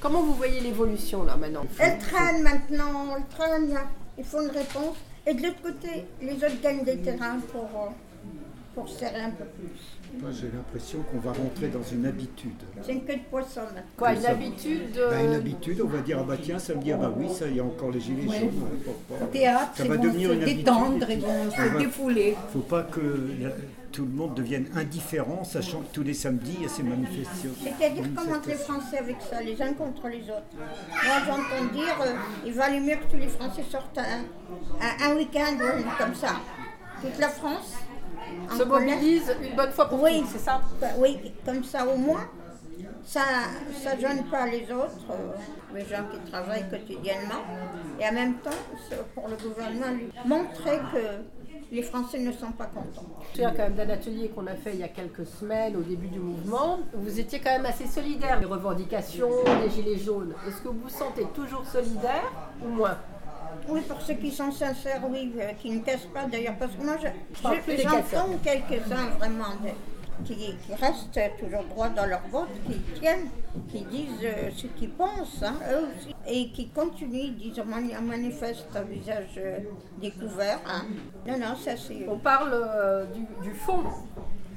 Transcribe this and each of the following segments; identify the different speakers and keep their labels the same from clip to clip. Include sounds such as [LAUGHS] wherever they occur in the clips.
Speaker 1: Comment vous voyez l'évolution là maintenant
Speaker 2: Elle traîne maintenant, elle traîne là. Il faut une réponse. Et de l'autre côté, les autres gagnent des terrains pour, euh, pour serrer un peu plus.
Speaker 3: Moi, j'ai l'impression qu'on va rentrer dans une habitude.
Speaker 2: C'est une queue de poisson là.
Speaker 1: Quoi,
Speaker 3: Tout
Speaker 1: une
Speaker 3: ça.
Speaker 1: habitude
Speaker 3: Bah, une
Speaker 1: euh,
Speaker 3: habitude, on va dire, ah bah tiens, samedi, ah bah oui, ça, il y a encore les gilets
Speaker 4: Ouais.
Speaker 3: jaunes. ouais, pourquoi
Speaker 4: théâtre,
Speaker 3: Ça
Speaker 4: ils
Speaker 3: va
Speaker 4: vont
Speaker 3: devenir
Speaker 4: se
Speaker 3: une habitude.
Speaker 4: détendre, ils vont
Speaker 3: Ça
Speaker 4: se
Speaker 3: va.
Speaker 4: défouler.
Speaker 3: faut pas que la- tout le monde devienne indifférent, sachant que tous les samedis, il y a ces manifestations.
Speaker 2: C'est-à-dire comment les Français avec ça, les uns contre les autres. Moi j'entends dire, euh, il valait mieux que tous les Français sortent un, un- un week-end euh, comme ça. Toute la France en
Speaker 1: se
Speaker 2: colère.
Speaker 1: mobilise une bonne fois pour
Speaker 2: Oui,
Speaker 1: toutes, c'est ça
Speaker 2: Bah oui, comme ça au moins, ça ça gêne pas les autres, euh, les gens qui travaillent quotidiennement. Et en même temps, c'est pour le gouvernement, lui, montrer que les Français ne sont pas contents.
Speaker 1: Je me souviens quand même d'un atelier qu'on a fait il y a quelques semaines au début du mouvement. Vous étiez quand même assez solidaire des revendications des Gilets jaunes. Est-ce que vous vous sentez toujours solidaire ou moins
Speaker 2: Oui, pour ceux qui sont sincères, oui, euh, qui ne cassent pas d'ailleurs, parce que moi je-
Speaker 1: parle plus
Speaker 2: je-
Speaker 1: des
Speaker 2: j'entends
Speaker 1: casseurs.
Speaker 2: quelques-uns vraiment de- qui, qui restent toujours droits dans leur vote, qui tiennent, qui disent euh, ce qu'ils pensent, hein, eux aussi, et qui continuent, ils disent on mani- on manifeste à visage euh, découvert. hein. Non, non, ça c'est.
Speaker 1: On parle euh, du, du fond,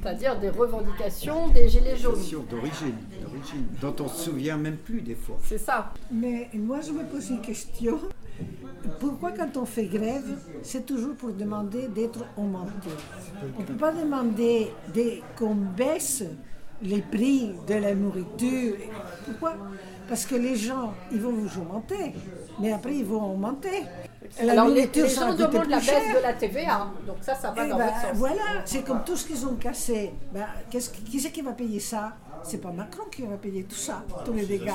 Speaker 1: c'est-à-dire des revendications des Gilets jaunes.
Speaker 3: Sûr d'origine, d'origine, dont on se souvient même plus des fois.
Speaker 1: C'est ça.
Speaker 5: Mais moi, je me pose une question. Pourquoi quand on fait grève, c'est toujours pour demander d'être augmenté On ne peut pas demander des- qu'on baisse les prix de la nourriture. Pourquoi Parce que les gens, ils vont vous augmenter, mais après, ils vont augmenter. La
Speaker 1: Alors les,
Speaker 5: nourriture,
Speaker 1: les
Speaker 5: ça va
Speaker 1: gens
Speaker 5: coûter
Speaker 1: demandent la
Speaker 5: plus
Speaker 1: baisse
Speaker 5: cher.
Speaker 1: de la TVA, hein. donc ça, ça va
Speaker 5: Eh
Speaker 1: dans
Speaker 5: ben,
Speaker 1: votre sens.
Speaker 5: voilà, c'est comme tout ce qu'ils ont cassé. Ben, qu'est-ce qui, qui c'est qui va payer ça C'est pas Macron qui va payer tout ça, tous les dégâts.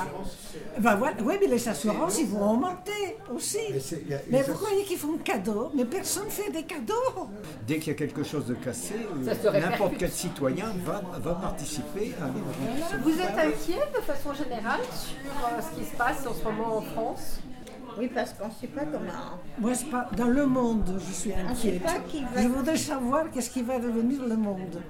Speaker 5: Ben voilà, oui, mais les assurances, ils vont augmenter aussi.
Speaker 3: Mais c'est- il y a-
Speaker 5: Mais
Speaker 3: les
Speaker 5: vous
Speaker 3: ass-
Speaker 5: croyez qu'ils font cadeau Mais personne fait des cadeaux.
Speaker 3: Dès qu'il y a quelque chose de cassé,
Speaker 1: Ça se
Speaker 3: euh,
Speaker 1: répercute.
Speaker 3: n'importe quel citoyen va, va participer à une
Speaker 1: Vous êtes inquiet de façon générale sur euh, ce qui se passe en ce moment en France
Speaker 2: Oui, parce qu'on ne sait pas comment. hein.
Speaker 5: Moi, c'est pas dans le monde, je suis inquiète.
Speaker 2: Ah, pas qui va-
Speaker 5: Je voudrais savoir qu'est-ce qui va devenir le monde.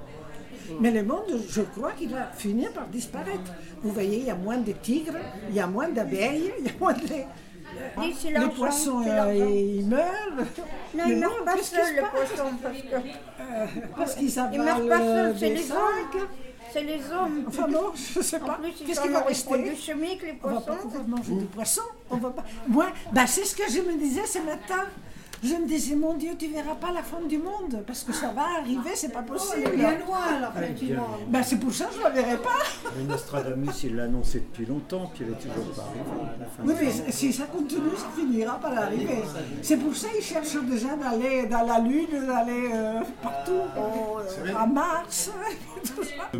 Speaker 5: Mais le monde, je crois qu'il va finir par disparaître. Vous voyez, il y a moins de tigres, il y a moins d'abeilles, il y a moins de...
Speaker 2: Dis, c'est
Speaker 5: les
Speaker 2: l'argent,
Speaker 5: poissons,
Speaker 2: c'est
Speaker 5: euh,
Speaker 2: l'argent.
Speaker 5: ils meurent.
Speaker 2: Non,
Speaker 5: Mais
Speaker 2: ils ne meurent pas
Speaker 5: qu'est-ce qui
Speaker 2: seuls,
Speaker 5: se
Speaker 2: les
Speaker 5: passe
Speaker 2: poissons, parce que.
Speaker 5: Parce qu'ils
Speaker 2: Ils
Speaker 5: avalent
Speaker 2: ne meurent pas seuls, c'est
Speaker 5: des
Speaker 2: les
Speaker 5: algues.
Speaker 2: hommes. C'est les hommes.
Speaker 5: Enfin bon, je ne sais
Speaker 2: En
Speaker 5: pas.
Speaker 2: plus, ils
Speaker 5: Qu'est-ce
Speaker 2: sont
Speaker 5: qui va
Speaker 2: nourris de
Speaker 5: rester
Speaker 2: produits chimiques, les
Speaker 5: On va pas
Speaker 2: poissons.
Speaker 5: pouvoir manger du poisson. On va pas. Moi, bah, c'est ce que je me disais ce matin. Je me disais, mon Dieu, tu verras pas la fin du monde parce que ça va arriver, c'est pas possible.
Speaker 4: Oh, Bien loin, la fin du
Speaker 3: bien.
Speaker 4: monde.
Speaker 5: Bah, c'est pour ça que je la verrai pas.
Speaker 3: Nostradamus, il l'a annoncé depuis longtemps, puis elle est toujours pas arrivée. la fin
Speaker 5: Oui,
Speaker 3: du monde.
Speaker 5: mais si ça continue, ça finira par arriver. C'est pour ça qu'ils cherchent déjà d'aller
Speaker 4: Oh,
Speaker 5: dans la Lune, d'aller euh, partout, au- à Mars, [LAUGHS] tout ça.